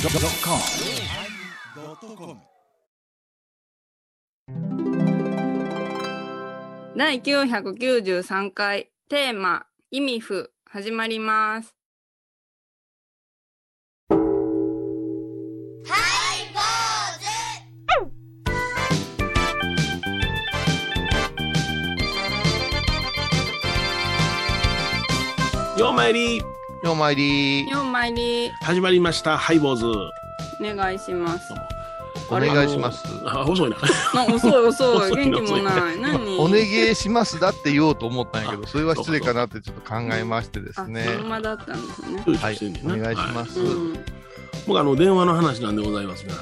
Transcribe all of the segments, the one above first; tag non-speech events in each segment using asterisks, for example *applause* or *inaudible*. yosmir 第993回テーマ「意味不」始まります。ようまいりようまいり4枚に始まりましたハイボーズお願いします。お願いします。あ遅い *laughs* なな遅い遅い遅い、元気もない。何お願いしますだって言おうと思ったんやけど、それは失礼かなってちょっと考えましてですあ、ね。そんまだったんですね。はい、お願いしますすう。ん。僕あの電話の話なんでございますが、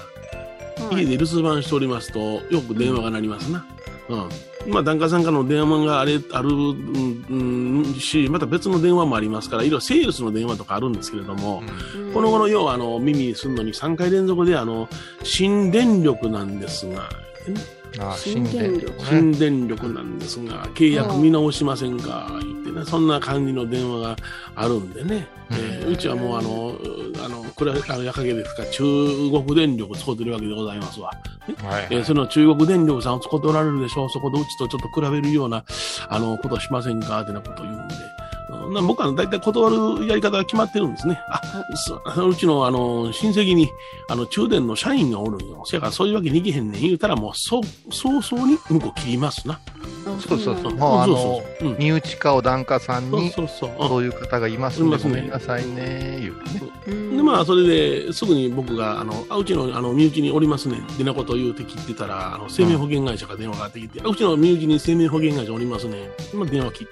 は家いで留守番しておりますとよく電話が鳴りますなうん、まあ、檀家さんからの電話があれある、うんうん、しまた別の電話もありますからいろいろセールスの電話とかあるんですけれども、この頃、要はあの耳にするのに3回連続であの新電力なんですが、あ、新電新電力力ね。新電力なんですが、契約見直しませんか、言ってね、そんな感じの電話があるんでね、うんえーうちはもうあの、あのこれはあの夜陰ですか、中国電力を使ってるわけでございますわ。はいえーその中国電力さんを使っておられるでしょう、そこでうちとちょっと比べるようなあのことしませんかってなことを言うんで。うんな僕は大体断るやり方が決まってるんですね。あ、そうちのあの親戚にあの中電の社員がおるんよ。せやからそういうわけにいきへんねん言うたらもうそう早々に向こう切りますな。そうそうそう。んもうあそのう、そうそううん身内かお檀家さんに、そうそうそう。うんそういう方がいますんで、ごめんなさいね、言うてね。うんでまあそれですぐに僕があのあうちのあの身内におりますねってなことを言うて切ってたらあの生命保険会社から電話があってきて、あうちの身内に生命保険会社おりますね、まあ、電話切っ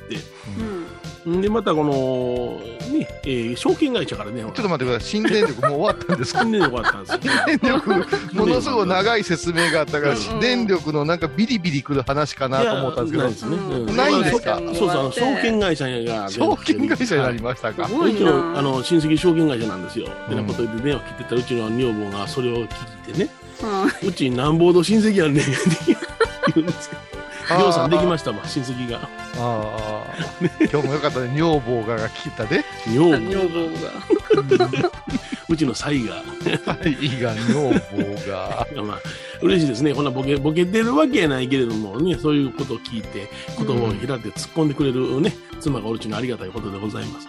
うんてんでまたこの、ねえー証券会社から電話ちょっと待ってください。新電力もう終わったんですかとで終わったんですよ電力、 *laughs* ものすごい長い説明があったかうら、んうん新電力のなんかビリビリくる話かなと思ったんですけいやなどいで、すね、うんないんですかそうそうあの証券会社が証券会社になりましたか。すうごいちのな。あの親戚証券会社なんですよ。ってなうんこと言って電話切ってたらうちの女房がそれを聞いてね、うん、うちなんぼの親戚やんねんって言うんですけど、りょうさんできましたわ、親戚が。ああ、今日もよかったね、女房がが聞いたで、女房女房が。うちのサイが。いが女房が。まあ、嬉しいですね。こんなボケ、ボケてるわけやないけれどもね、そういうことを聞いて、言葉を開いて突っ込んでくれるね、妻がおるちのありがたいことでございます。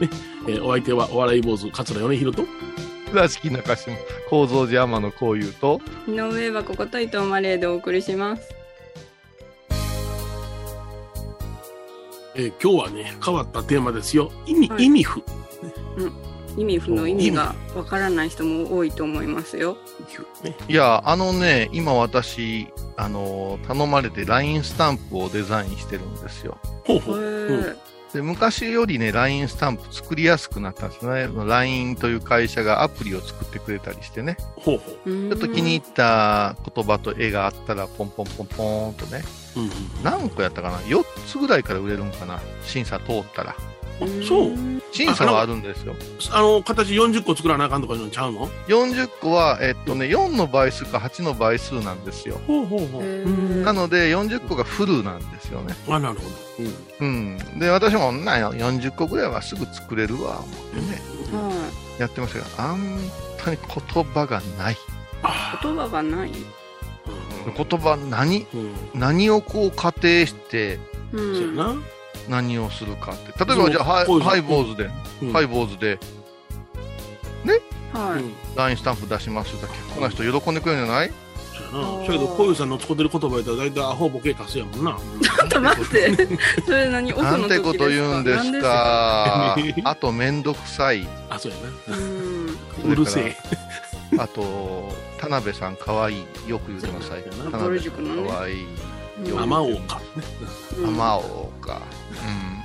ね、えーお相手はお笑い坊主、桂米宏と、倉敷中島、構造寺天野こういうと、 *laughs* 井上はここと伊藤マレーでお送りします。えー今日はね、変わったテーマですよ。意味、はい意味不。意味不の意味がわからない人も多いと思いますよ。ね、いや、あのね、今私、あの、頼まれて LINE スタンプをデザインしてるんですよ。ほうへほう。ーで昔よりね、LINE スタンプ作りやすくなったんですね。LINE という会社がアプリを作ってくれたりしてね。ほうほうんちょっと気に入った言葉と絵があったら、ポンポンポンポーンとね。う。うんうん。何個やったかな ?4 つぐらいから売れるんかな審査通ったら。あ、そう。審査はあるんですよ。あの、形40個作らなあかんとかいうのちゃうの40個は、えっとね、4の倍数か8の倍数なんですよ。ほうほうほう。へーうんなので、40個がフルなんですよね。あ、なるほど。うんうん。で、私も、なんや、40個ぐらいはすぐ作れるわ、思ってね、はやってましたけど、あんたに言葉がない。あい言葉がない。ー言葉、何、うん。うん何をこう仮定して、うそうやん。な。何をするかって。例えそうば、じゃあ、ハイこういうハイボーズで、うんハイボーズで、うはい。ん LINE スタンプ出しますだけ。この人喜んでくれるんじゃないそうやな。そやけど、こういうさんの使ってる言葉やったら、大体アホボケ足すやもんな。ちょっと待って。それ何奥なの時でんてすかこと言うんです。かな。んですか *laughs* あと、めんどくさい。あ、そうやなんですかな。うるせえ。あと、田辺さんかわいい。よく言ってください。そ田うだな辺さんかわいい。うんようん甘おうか。うんまおうか。うん。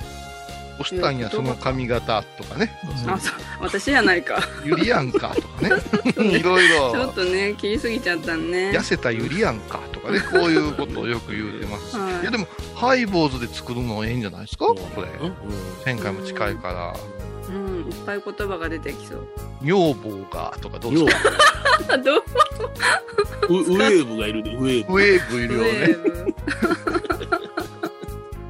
おしたんや、その髪型とかね。あ、そう私やないか。ゆりやんかとかね。 *laughs* いろいちょっろ。とね、切りすぎちゃったね。痩せたゆりやんかとかね。こういうことをよく言うてます。はいいや、でも、ハイボーズで作るのええんじゃないですかこれ。うん前回も近いから。うん、いっぱい言葉が出てきそう。女房がとかどう要ですかはあ、どうウウェーブがいるで、ウェーブ。ウェーブいるウよね。ェー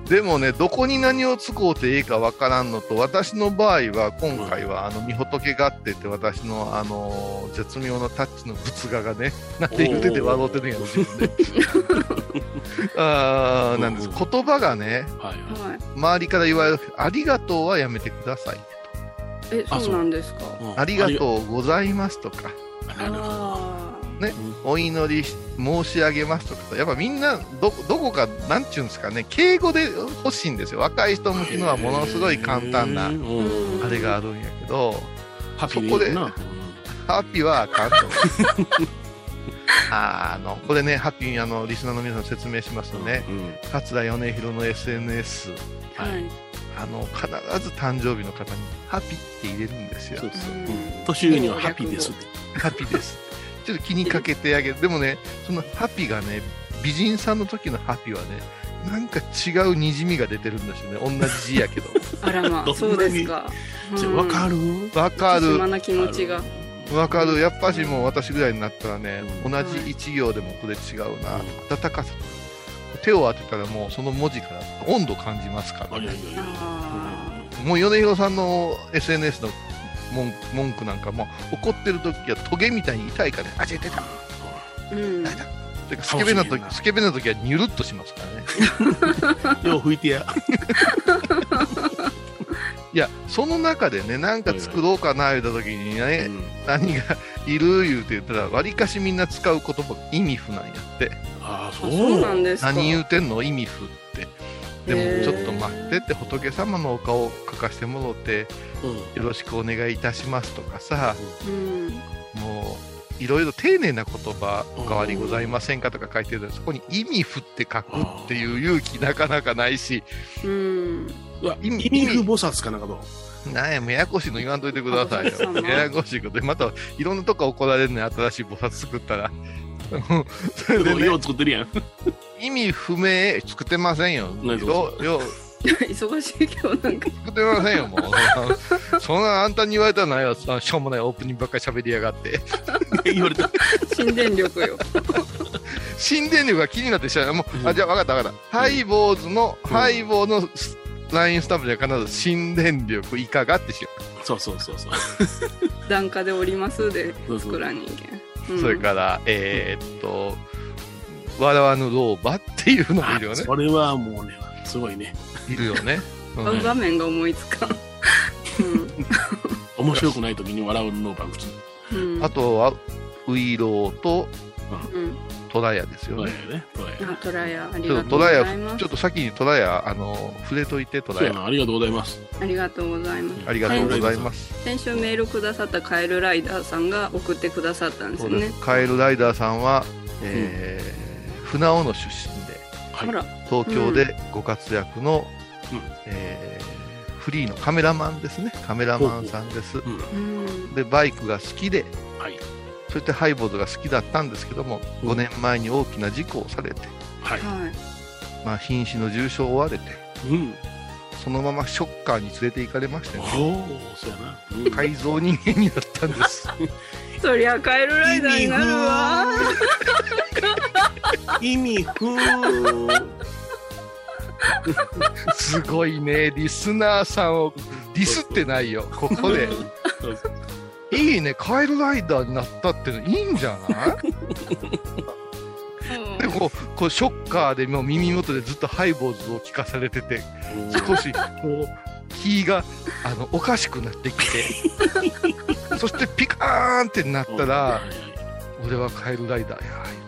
ブでもね、どこに何を使うていいかわからんのと、私の場合は、今回は、あの、みほとけがあってて、私の、あのー絶妙なタッチの仏画がね、 *laughs* なんで言うてて笑うてるんやろ、自分で。 *laughs* あーなんです。言葉がね、はいはい。はい。周りから言われる、ありがとうはやめてください。え、あそうなんですか。うんありがとうございますとか、ありがとう。あお祈りし申し上げますとか、やっぱみんなど、どこか、なんちゅうんですかね、敬語で欲しいんですよ。若い人向きのはものすごい簡単なあ。う、うんんあれがあるんやけど、ハッピーでいいよな。ハッピーはあ *laughs* かんと思う。あーあの、これね、ハッピーにあの、リスナーの皆さん説明しますとね、うん。桂米広の SNS、はい。あの、必ず誕生日の方に、ハッピーって入れるんですよそう。そうう。んうん年上にはハッピーですって。ハッピーです。ちょっと気にかけてあげる。でもね、そのハッピーがね、美人さんの時のハッピーはね、なんか違うにじみが出てるんですよね。同じ字やけど。あらまどんなあ、にそうですか。じゃあわかる。るわか豊る島。な気持ちが。わかる。やっぱしもう私ぐらいになったらね、う同じ一行でもこれ違うな。暖かさ。手を当てたらもうその文字から温度感じますからあいやね。いやいやあもう米広さんの SNS の文文句なんかも、怒ってる時はトゲみたいに痛いからね、あ、違う違う違うあ。うん。痛いだ。てかスケベな楽しい時なスケベな時はニュルっとしますからね。よう拭いてや。いや、その中でね、なんか作ろうかな、言うた時にね、うん何がいる言うて言ったら、わりかしみんな使う言葉が意味不なんやって。ああ、そあそうなう。んですか。何言うてんの意味不って。でへも、ーちょっと待ってって、仏様のお顔を描かしてもろって、うんよろしくお願いいたしますとかさ、うん。もう、いろいろ丁寧な言葉、お変わりございませんかとか書いてるのにそこに意味不って書くっていう勇気なかなかないし、うん。うわ意味意味不菩薩かなんかどうなんや、ややこしいの言わんといてください *laughs* あそうなよ。のややこしいことで、また、いろんなとこ怒られるね、新しい菩薩作ったら。うんそれ *laughs* でねよう作ってるやん。意味不明、作ってませんよ。なるほどよう、よう *laughs* 忙しいけど、なんか。作ってませんよ、もう。 *laughs* そんな、そんなあんたに言われたらないよ。そんなしょうもないオープニングばっかり喋りやがって。 *laughs* 言われた。新電力よ。新電力が気になってしまう。もう、うあ、んじゃあ分かった分かった。ハイボーズの、うんハイボーのスラインスタンプでは必ず新電力いかがってしよそうそうそうそう。檀家でおりますでそうそう作らん人間。う。うんそれから、えーっと、笑わぬ老婆っていうのもいるよね。それはもうね、すごいね。いるよね。うあん場面が思いつかん。面白くない時に笑うのが普通。うんうんあとは、ウイローとうん。トラヤですよそうねや。ね。そうやあトラヤありちょがっととうごトラざいヤ、ますちょっ。と先にトラヤ、あの、触れといて、トそうラやヤ。な。ありがとうございます。ありがとうございます。ありがとうございます。先週メールくださったカエルライダーさんが送ってくださったんですそうよでねす。。カエルライダーさんは、えー船尾の出身で、あはい。ら、東京でご活躍のうん、えーフリーのカメラマンですね。カメラマンさんです。ううん。ん。で、バイクが好きで、はい。そしてハイボードが好きだったんですけども、うん5年前に大きな事故をされて、はい。はまあ、瀕死の重傷を負われて、うん。そのままショッカーに連れて行かれましてね、おお、そうやな。うん改造人間になったんです。 *laughs* い。そりゃカエルライダーにな *laughs* るわ。意味不すごいね、リスナーさんをディスってないよ、ここで。いいね、カエルライダーになったってのいいんじゃない *laughs* でこう、こうショッカーでもう耳元でずっとハイボーズを聞かされてて、少しこう、気があのおかしくなってきて、 *laughs* そしてピカーンってなったら、俺はカエルライダーや。うん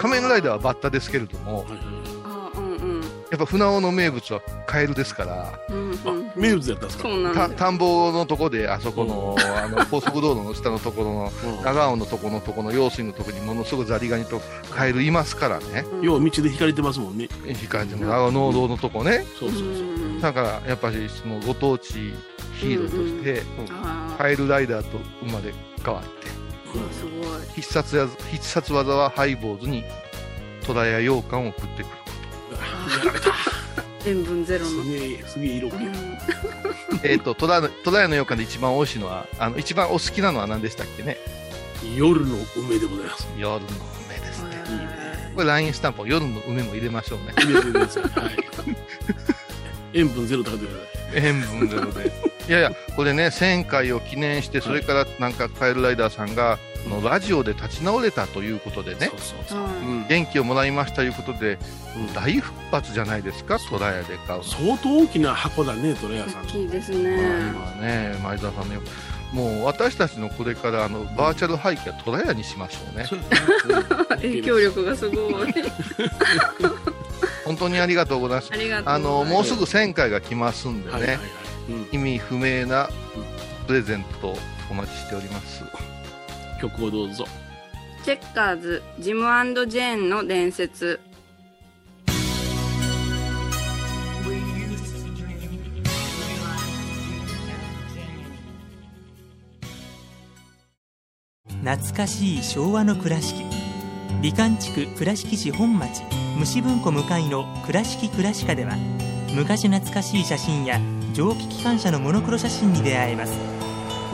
仮面ライダーは。バッタですけれども、あ、うんうんやっぱ船尾の名物はカエルですから、うんうん。名物やったんですかそうなんたですよ。田んぼのとこであそこの,、*laughs* あの高速道路の下のところのうん長尾のとこのとこの用水のとこにものすごいザリガニとカエルいますからねうんよう道で引かれてますもんね時間でも長尾農道のとこねそうそうそううんだからやっぱりそのご当地ヒーローとして、あーカエルライダーと生まれ変わってあすごい。必殺や必殺技はハイボーズにトラや羊羹を送ってくる塩分ゼロの。すげえすげえ色気うんえっとトラトラヤの羊羹で一番美味しいのはあの一番お好きなのは何でしたっけね夜の梅でございます *laughs* 夜の梅 *laughs* ですねこれ LINE スタンプを夜の梅も入れましょうね入れてくださいはい塩分ゼロとかでくださ塩分ゼロで。いやいや、これね、1000回を記念して、それからなんかカエルライダーさんが、あのラジオで立ち直れたということでい。ねそ、うそううそう。んうん、元気をもらいましたということで、大復活じゃないですか、トラヤで買うの。相当大きな箱だね、トレアさ大ん。きいですまね。あ今ね、前澤さんのよもう私たちのこれからあのバーチャル背景はトラヤにしましょうね。そう *laughs* 影響力がすごい。本当にありがとうございますあ。りがとう。あのもうすぐ1000回が来ますんでね、はいはいはい。うん、意味不明なプレゼントをお待ちしております。曲をどうぞ。チェッカーズ、ジムジェーンの伝説。 We used to dream, we lied to dream everything. 懐かしい昭和の倉敷美観地区倉敷市本町虫文庫向かいの「倉敷倉歯科」では昔懐かしい写真や蒸気機関車のモノクロ写真に出会えます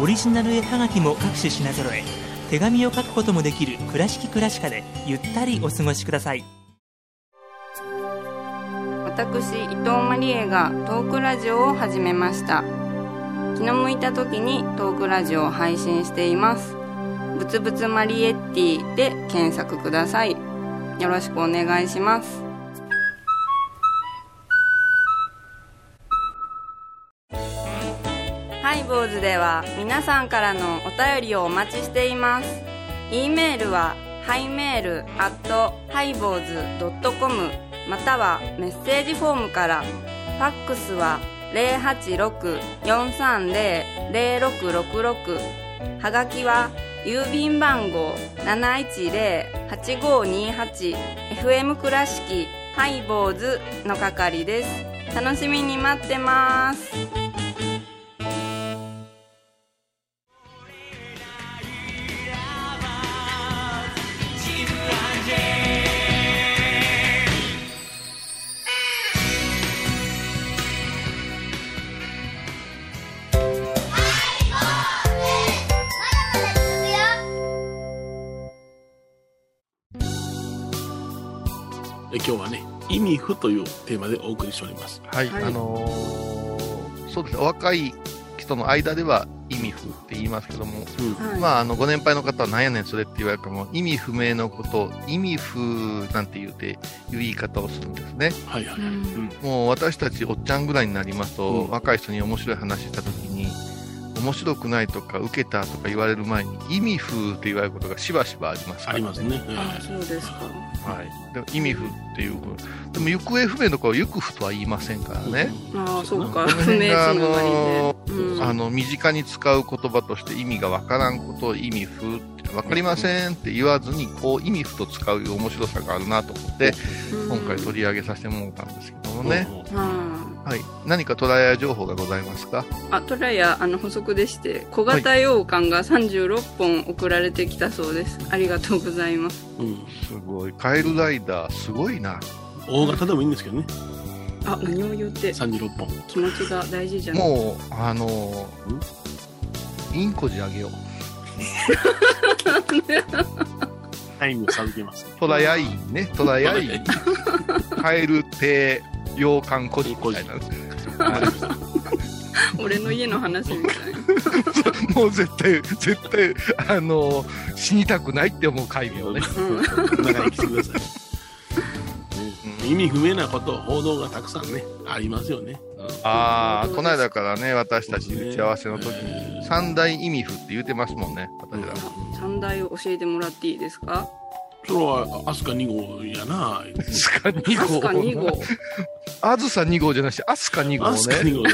オリジナル絵はがきも各種品揃え手紙を書くこともできる「倉敷倉歯科」でゆったりお過ごしください私、伊藤マリエがトークラジオを始めました。気の向いた時にトークラジオを配信しています。ぶつぶつマリエッティで検索ください。よろしくお願いします。ハイボーズでは皆さんからのお便りをお待ちしています。e メールはハイメール at highbows.com またはメッセージフォームからファックスは086-430-0666はがきは郵便番号 710-8528FM 倉敷ハイボーズの係です楽しみに待ってますえ今日はね、意味不というテーマでお送りしております。はい、はいあのーそうですね、お若い人の間では意味不って言いますけども、うん。まあ、あのご年配の方は何やねんそれって言われても意味不明のことを意味不なんて言うていう言い方をするんですねはいはいはい。うん。もう私たちおっちゃんぐらいになりますと、うん若い人に面白い話した時に面白くないとか受けたとか言われる前に意味不って言われることがしばしばありますかあらりますね。はいあそうですかはい、でも意味不っていうでも行方不明の子は行く不とは言いませんからね、。ああそうこかの不辺明が地の割ねあのーうんあの身近に使う言葉として意味がわからんことを意味不って分かりませんって言わずにこう意味不と使う面白さがあるなと思って今回取り上げさせてもらったんですけどもね、うん。あはい、何かトライアー情報がございますかあトラヤあの補足でして小型羊羹が36本送られてきたそうです、ありがとうございますうん。すごいカエルライダーすごいな大型でもいいんですけどね。あ何を言って三十六本。気持ちが大事じゃないもうあのーインコじあげようタイムを授けます。トライアインねトライアインカエル亭洋館孤児みたいなはい *laughs* 俺の家の話みたいな *laughs* もう絶対、絶対、あの死にたくないって思う怪名ね。うん長生きしてください。うん意味不明なこと、報道がたくさんね、ありますよね。ああ、この間からね、私たちそうですね打ち合わせの時に、三大意味不って言うてますもんね、私ら。あ三大を教えてもらっていいですかそれは、アスカ2号や *laughs* な。スカ2アスカ2号。号あずさ2号じゃなくて、アスカ2号アスカね。 2号ね。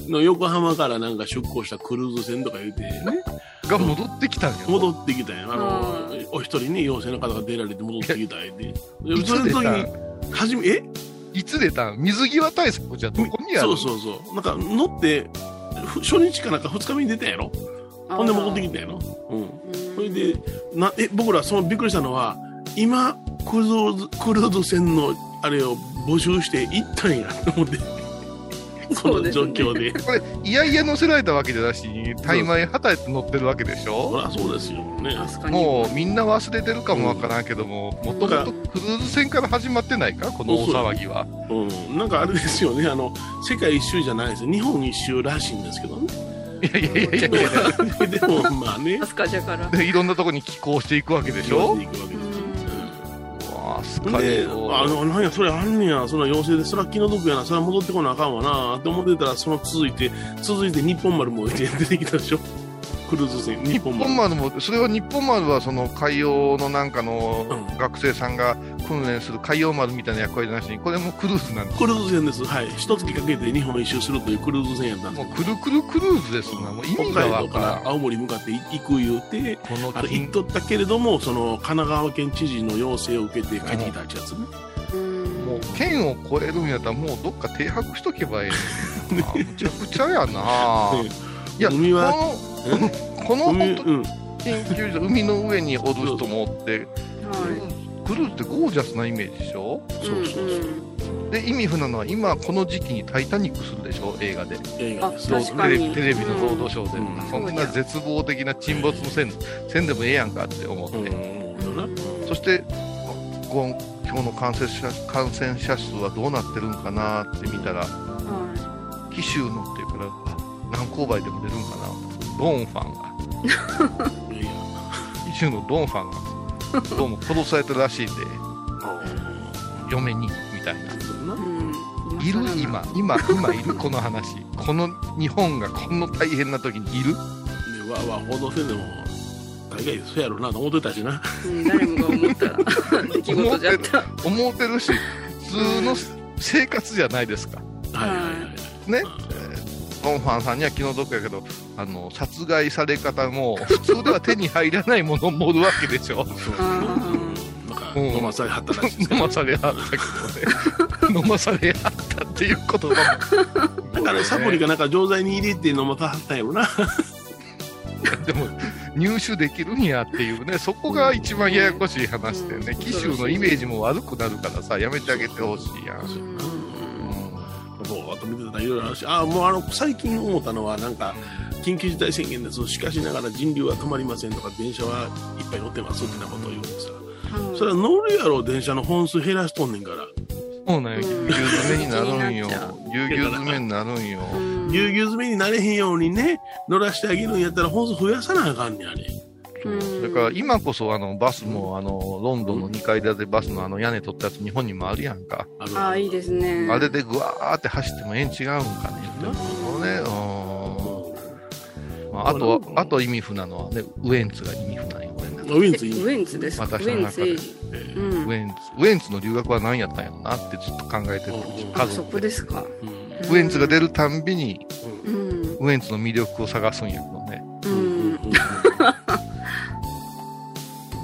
*laughs* の横浜からなんか出港したクルーズ船とか言うて、が戻ってきたんよ。戻ってきたんやああのーお一人ね陽性の方が出られて戻ってき *laughs* たんやでいそつの出時たにん初めえいつ出たん水際対策じゃどこにあるそうそうそうなんか乗ってふ初日かなんか2日目に出たんやろ *laughs* ほんで戻ってきたんやろうんそれでなえ僕らそのびっくりしたのは今クルーズクルーズ船のあれを募集して行ったんやと思って *laughs* こそうのです状ね況で。これ、いやいや乗せられたわけじゃなしに、大枚はたいて乗ってるわけでしそょりゃそうですよね。確かにもうみんな忘れてるかもわからんけども、もともとクルーズ船から始まってないか、この大騒ぎは。うん、なんかあれですよね、あの世界一周じゃないです日本一周らしいんですけどね。 *laughs* いやいやいやいやいやでも、まあね、飛鳥じゃから。でいろんなとこに寄港していくわけでしょ行くわけですうわあ、すほんかで、ねあの、なんや、それあんねや、その妖精で、そら気の毒やな、そら戻ってこなあかんわな、って思ってたら、その続いて、続いて日本丸も出てきたでしょ。クルーズ船、日本日丸。本丸も、それは日本丸はその海洋のなんかのうん学生さんが訓練する海洋丸みたいな役割じゃなしに、これもクルーズなんです。クルーズ船です。はい。一月かけて日本一周するというクルーズ船やったんでもうす。くるくるクルーズですな、もう意味北が海わ道かかららん。青森向かって行く言うて、このあれ行金っとったけれども、その神奈川県知事の要請を受けて帰ってきたやつね。もう県を越えるんやったらもうどっか停泊しとけばいい *laughs* むちゃくちゃやなねいや海はこのこの海本当にうん、緊急所海の上におる人もおってはい。クルーズってゴージャスなイメージでしょそうそううんうんで意味不なのは今この時期に「タイタニック」するでしょ映画で映画です。あ確かにテレビテレビの労働省で、うんそんな絶望的な沈没もせんせんでもええやんかって思って、うん、な。そしてこん今日の感染者感染者数はどうなってるんかなって見たらは紀州のっていうからあ何勾配でも出るんかなドンファンがいや紀州のドンファンがどうも殺されたら *laughs* しいんで嫁にみたいないそんないうんる今今今いるこの話この日本がこの大変な時にいるでわわ報道せんでも大概そうやろうなと思ってたしな。うん誰もが思ったら出来事じゃった思うてるし普通の生活じゃないですかはいはいはい。ねドンファンさんには気の毒やけどあの殺害され方も普通では手に入らないものもおるわけでしょそうあなんかうん飲まされはったらしいですけ飲どまされはったけどね飲まされはったっていうことがだからサプリかなんか錠剤に入れて飲まさはったんやろな。でも入手できるんやっていうねそこが一番ややこしい話でうねん紀州のイメージも悪くなるからさやめてあげてほしいやん、ーうんそうあと見てたらいろいろあるし、ああ、もうあの、最近思ったのは、なんか、緊急事態宣言です。しかしながら人流は止まりませんとか、電車はいっぱい乗ってますみたいなことを言うんですよ。それは乗るやろ、電車の本数減らしとんねんから。そうなんようぎゅんうぎゅう詰めになるんよ気になっちゃうぎゅうぎゅう詰めになるんようんぎゅうぎゅう詰めになれへんようにね、乗らしてあげるんやったら本数増やさなあかんねん、あれ。うんそれから今こそあのバスもあのロンドンの2階建てバスのあの屋根取ったやつ日本にもあるやんか、あのあーいいですねあれでぐわーって走ってもええん違うんかねって思うねうんもまあ、あとは、あと意味不なのはね、ウエンツが意味不ないよね。うウィンツいいウね。エンツですか私ウエのン中ツでエイジえうえウんエンツ、ウエンツの留学は何やったんやろなってずっと考えてるうん。家あそこ族でで。すかうんウエンツが出るたんびに、うんウエンツの魅力を探すんやけどね。ううんん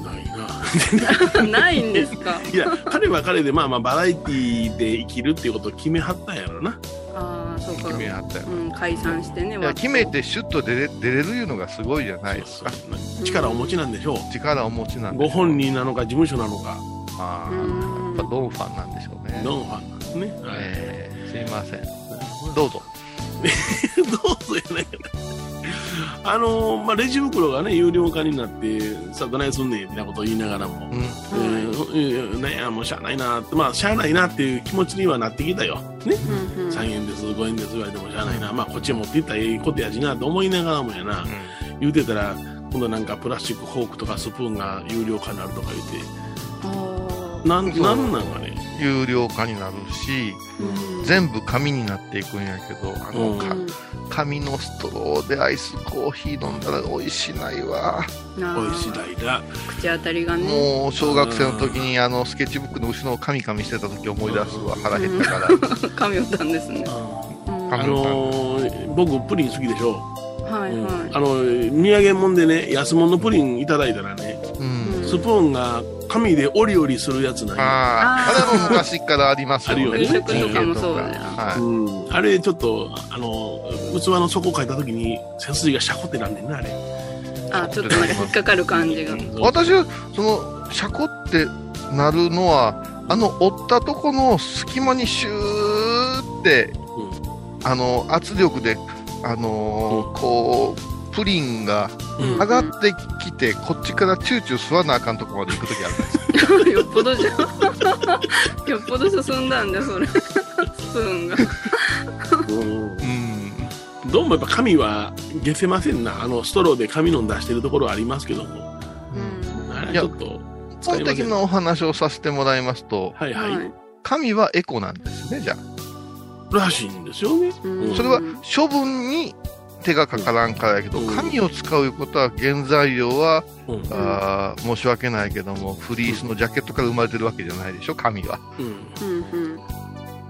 ないな。ないんですかいや、彼は彼で、まあまあ、バラエティーで生きるっていうことを決めはったんやろな。ああそうか決めあったよ。うん解散してねいや、決めてシュッと出れ出れるいうのがすごいじゃないですそうか。そう力をお持ちなんでしょう。力をお持ちなんでごしょう本。人なのか、事務所なのか、まあ、うやんっぱドンファンなんでしょうね。ノンファンなんですね。はいえーすいません。どうぞ。どうぞやないかな。あのーまあ、レジ袋がね、有料化になって、さあ、どないすんねんってなことを言いながらも、うん。えー、なんや、もうしゃあないなって、まあ、しゃあないなっていう気持ちにはなってきたよ。ね。うんうん3円です、5円です言われてもしゃあないな。まあ、こっちへ持っていったらええことやしなと思いながらもやな。言うてたら、今度なんかプラスチックフォークとかスプーンが有料化になるとか言って、あーなん、そうなんなんかね。有料化になるし、うん全部紙になっていくんやけど、あの、かうん紙のストローでアイスコーヒー飲んだら美味しないわ、なおいしあだいだ。口当たりがねもう小学生の時にあのスケッチブックの後ろをカミカミしてた時思い出すわうん腹減ったから、噛み寄ったんですねうん噛はあのー僕、プリン好きでしょ。いうんはいあの土産物でね安物のプリンいただいたらねうんうんスプーンが紙で折り折りするやつなんやああーーあれも昔からありますよねあるよね給食とかもそうだよはうんあれちょっとあの器の底を描いた時に背筋がシャコってなんねんなあれあちょっとなんか引っかかる感じがい、私はそのシャコってなるのはあの折ったとこの隙間にシューってうあの圧力で、あのーこうプリンがうん上がってきて、こっちからチューチュー吸わなあかんとこまで行くときあるんでうすん *laughs* よっぽどじゃんよっぽど進んだんだそれ *laughs* スプーンが *laughs* うんうんどうもやっぱ紙は消せませんな。あの、ストローで紙のん出してるところありますけども。うんあれいやちょっと基使い本ませ的ん。なお話をさせてもらいますとはいはい。はい神はエコなんですねじゃあらしいんですよね。うんそれは処分に手がかからんからやけどうん紙を使うことは原材料は、うんあー申し訳ないけどもフリースのジャケットから生まれてるわけじゃないでしょ紙はうん。うんうん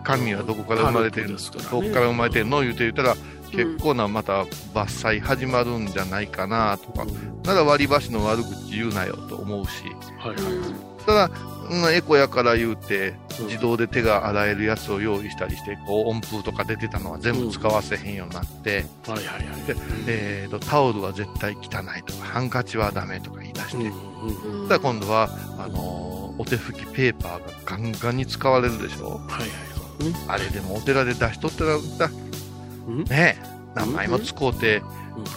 神はどこから生まれてるタルのトですからねどこから生まれてるの言うて言ったら結構なまた伐採始まるんじゃないかなとか、なら割り箸の悪口言うなよと思うしはいはうい。んただ、うん、エコやから言うてうん自動で手が洗えるやつを用意したりしてこう温風とか出てたのは全部使わせへんようになって、はいはいはい。えー、とタオルは絶対汚いとかハンカチはダメとか言い出して、うんそうんしたら今度はあのーお手拭きペーパーがガンガンに使われるでしょはいはい。そうねあれでもお寺で出しとったらだうんねえ名前も使うて、うん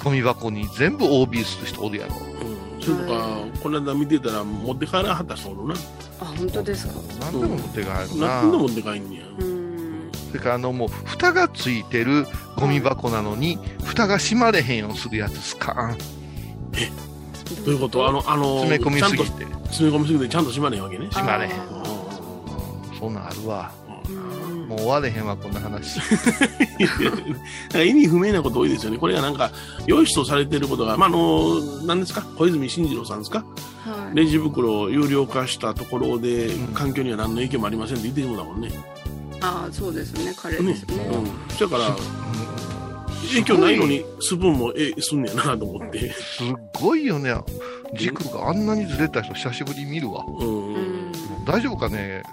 ゴミ箱に全部 OB する人おるやろうんそういうのか、この間見てたら持って帰らはった人おるな。あ本当ですか何でも持って帰るな、何でも持って帰んねや。うんそれからあのもう蓋がついてるゴミ箱なのに蓋が閉まれへんようにするやつスカーンということは、あの、あの、詰め込みすぎちゃんてと詰め込みすぎてちゃんと閉まれへんわけね。閉まれへんあうんそんなんあるわうんもう終われへんわこんな *laughs* 話なんか意味不明なこと多いですよね。これがなんか、良い人されてることが、まあ、あの、何ですか小泉進次郎さんですかはいレジ袋を有料化したところでう、ん環境には何の影響もありませんって言ってるもんだもんね。ああそうですね彼でねす。ねうん。そやから、す影響ないのに、スプーンもええすんねやなと思 *laughs* って。すっごいよね軸があんなにずれた人久しぶりに見るわうん。ううんん大丈夫かね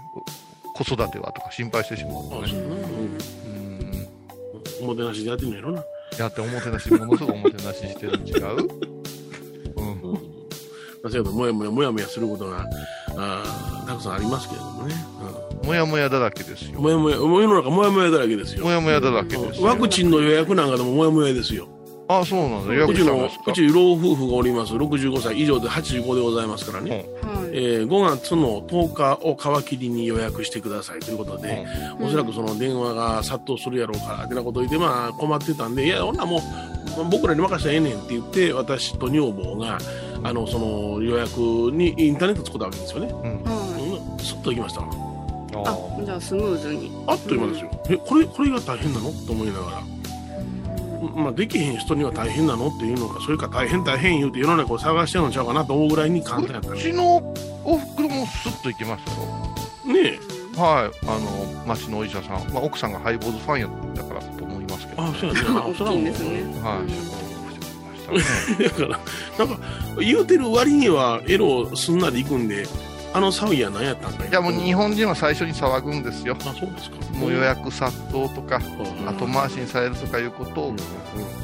子育てはとか心配してしまう、あ、そうな。うんうんおもてなしでやってんのやろな。やっておもてなしものすごくおもてなししてるん違う、ううんん。まあ、そうやけど、もやもや、もやもやすることが、あーたくさんありますけれどもね。もやもやだらけですうん。よ。もやもや、世の中もやもやだらけですよも。やもやだらけですよ。ワクチンの予約なんかでももやもやですよ。ああ、そうなんだ。う予約ちしたんのです、かう。ち老夫婦がおります。65歳以上で85でございますからね。はいえー5月の10日を皮切りに予約してくださいということで、おそらくその電話が殺到するやろうからってなこと言って、まあ、困ってたんで、いや、ほんならもう、まあ僕らに任せたらええねんって言って、私と女房が、あの、その予約にインターネット使ったわけですよね。うんはいうん、すっと行きました。ああじゃあスムーズにあっという間ですよ。え、これ、これが大変なのと思いながら。まあ、できへん人には大変なのっていうのか、それか大変大変言うて世の中を探してるのちゃうかなと思うぐらいに簡単やったうね。ちのおふくろもスッと行きましたよ。ねえ。はい。あの、町のお医者さん。まあ、奥さんがハイボーズファンやったからと思いますけど。あ、そう *laughs* やね。あ大そらきもいうんですねはい。してましたね。だから、なんか、言うてる割にはエロすんなりいくんで、あの騒ぎは何やったんかいいや、もう日。本人は最初に騒ぐんですよ。あ、そうですか。もう予約殺到とか、うん。後回しにされるとかいうことうをん、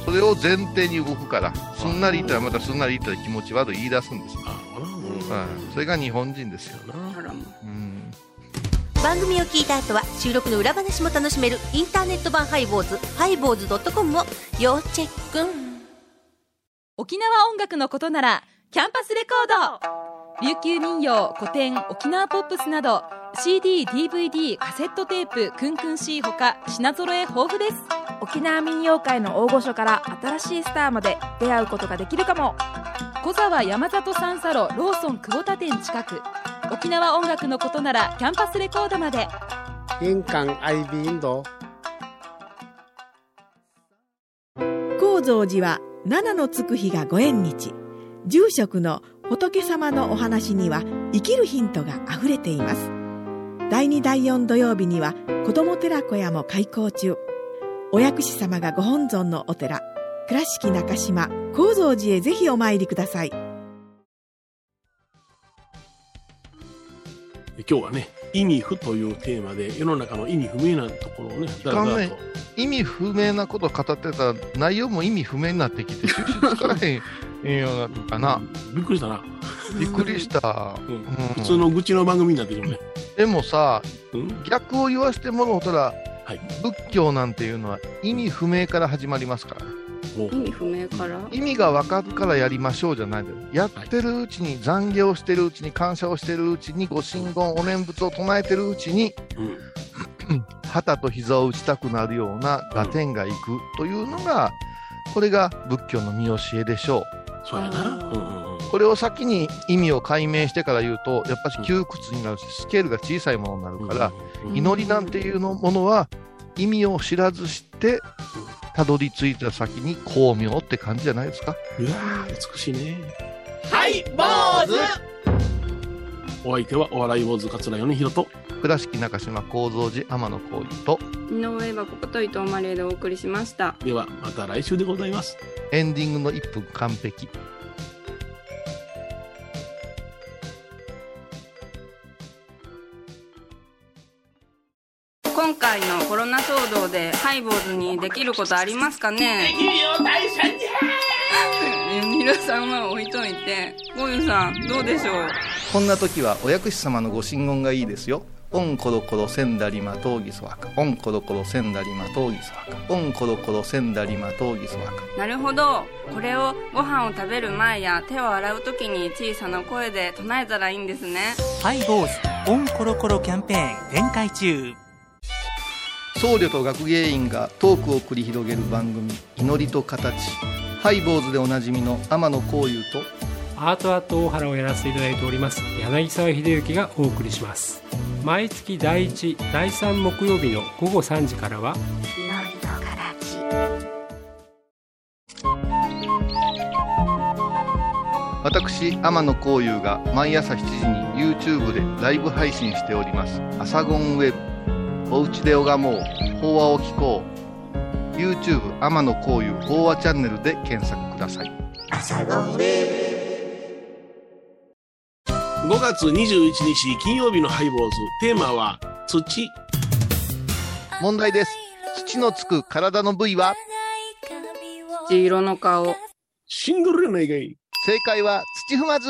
それを前提に動くから、すんなりいったらまたすんなりいったら気持ち悪い言い出すんですよ。あ、ほら、もううんはい。それが日本人ですよ。あらまうん。番組を聞いた後は収録の裏話も楽しめるインターネット版ハイボーズハイボーズドットコムを要チェック沖縄音楽のことならキャンパスレコード琉球民謡古典沖縄ポップスなど CDDVD カセットテープクンクン C ほか品揃え豊富です沖縄民謡界の大御所から新しいスターまで出会うことができるかも小沢山里三佐路ローソン久保田店近く沖縄音楽のことならキャンパスレコードまで印鑑 IB インド高蔵寺は七のつく日がご縁日住職の仏様のお話には生きるヒントがあふれています第2第4土曜日には子ども寺小屋も開校中お薬師様がご本尊のお寺倉敷中島・高蔵寺へぜひお参りください今日はね、意味不というテーマで、世の中の意味不明なところをね、だらだらと。意味不明なことを語ってたら内容も意味不明になってきて収拾つかへんええようになったかなびっくりしたな。びっくりした、うんうん普通の愚痴の番組になってるもんね。でもさうん。逆を言わせてもろうたらはい。仏教なんていうのは意味不明から始まりますからねお意味不明から意味が分かるからやりましょうじゃないでやってるうちに残業してるうちに感謝をしてるうちにご神言お念仏を唱えてるうちにうん。旗と膝を打ちたくなるような打点がいくというのがこれが仏教の見教えでしょうそうやな。うんうんうん。これを先に意味を解明してから言うとやっぱし窮屈になるしスケールが小さいものになるからうん祈りなんていうのものは意味を知らずしてたどり着いた先に巧妙って感じじゃないですかうんうわー美しいね。はい、坊主お相手はお笑い坊主桂米宏と。倉敷中島幸三寺天野幸一と井上箱こと伊藤マリエでお送りしましたでは、また来週でございます。エンディングの1分完璧今回のコロナ騒動でハイボーズにできることありますかね君を大社にミラさんは置いといてゴユさんどうでしょうこんな時はお薬師様のご神言がいいですよ。オンコロコロセンダリマトーギソワカ。オンコロコロセンダリマトーギソワカ。オンコロコロセンダリマトーギソワカ。なるほどこれをご飯を食べる前や手を洗う時に小さな声で唱えたらいいんですねハイボーズオンコロコロキャンペーン展開中僧侶と学芸員がトークを繰り広げる番組「祈りと形」ハイ坊主でおなじみの天野幸雄とアートアート大原をやらせていただいております柳沢秀幸がお送りします毎月第1第3木曜日の午後3時からは私天野幸雄が毎朝7時に YouTube でライブ配信しております「アサゴンウェブ」「おうちで拝もう法話を聞こう」YouTube 天野幸雄法話チャンネルで検索ください5月21日金曜日のハイボーズ。テーマは土。問題です土のつく体の部位は地色の顔シングル恋愛正解は土踏まず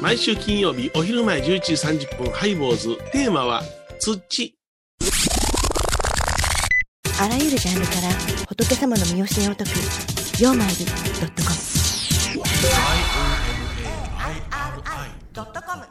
毎週金曜日お昼前11時30分ハイボーズ。テーマは土。あらゆるジャンルから仏様の身教えを解く「曜マイルドットコム」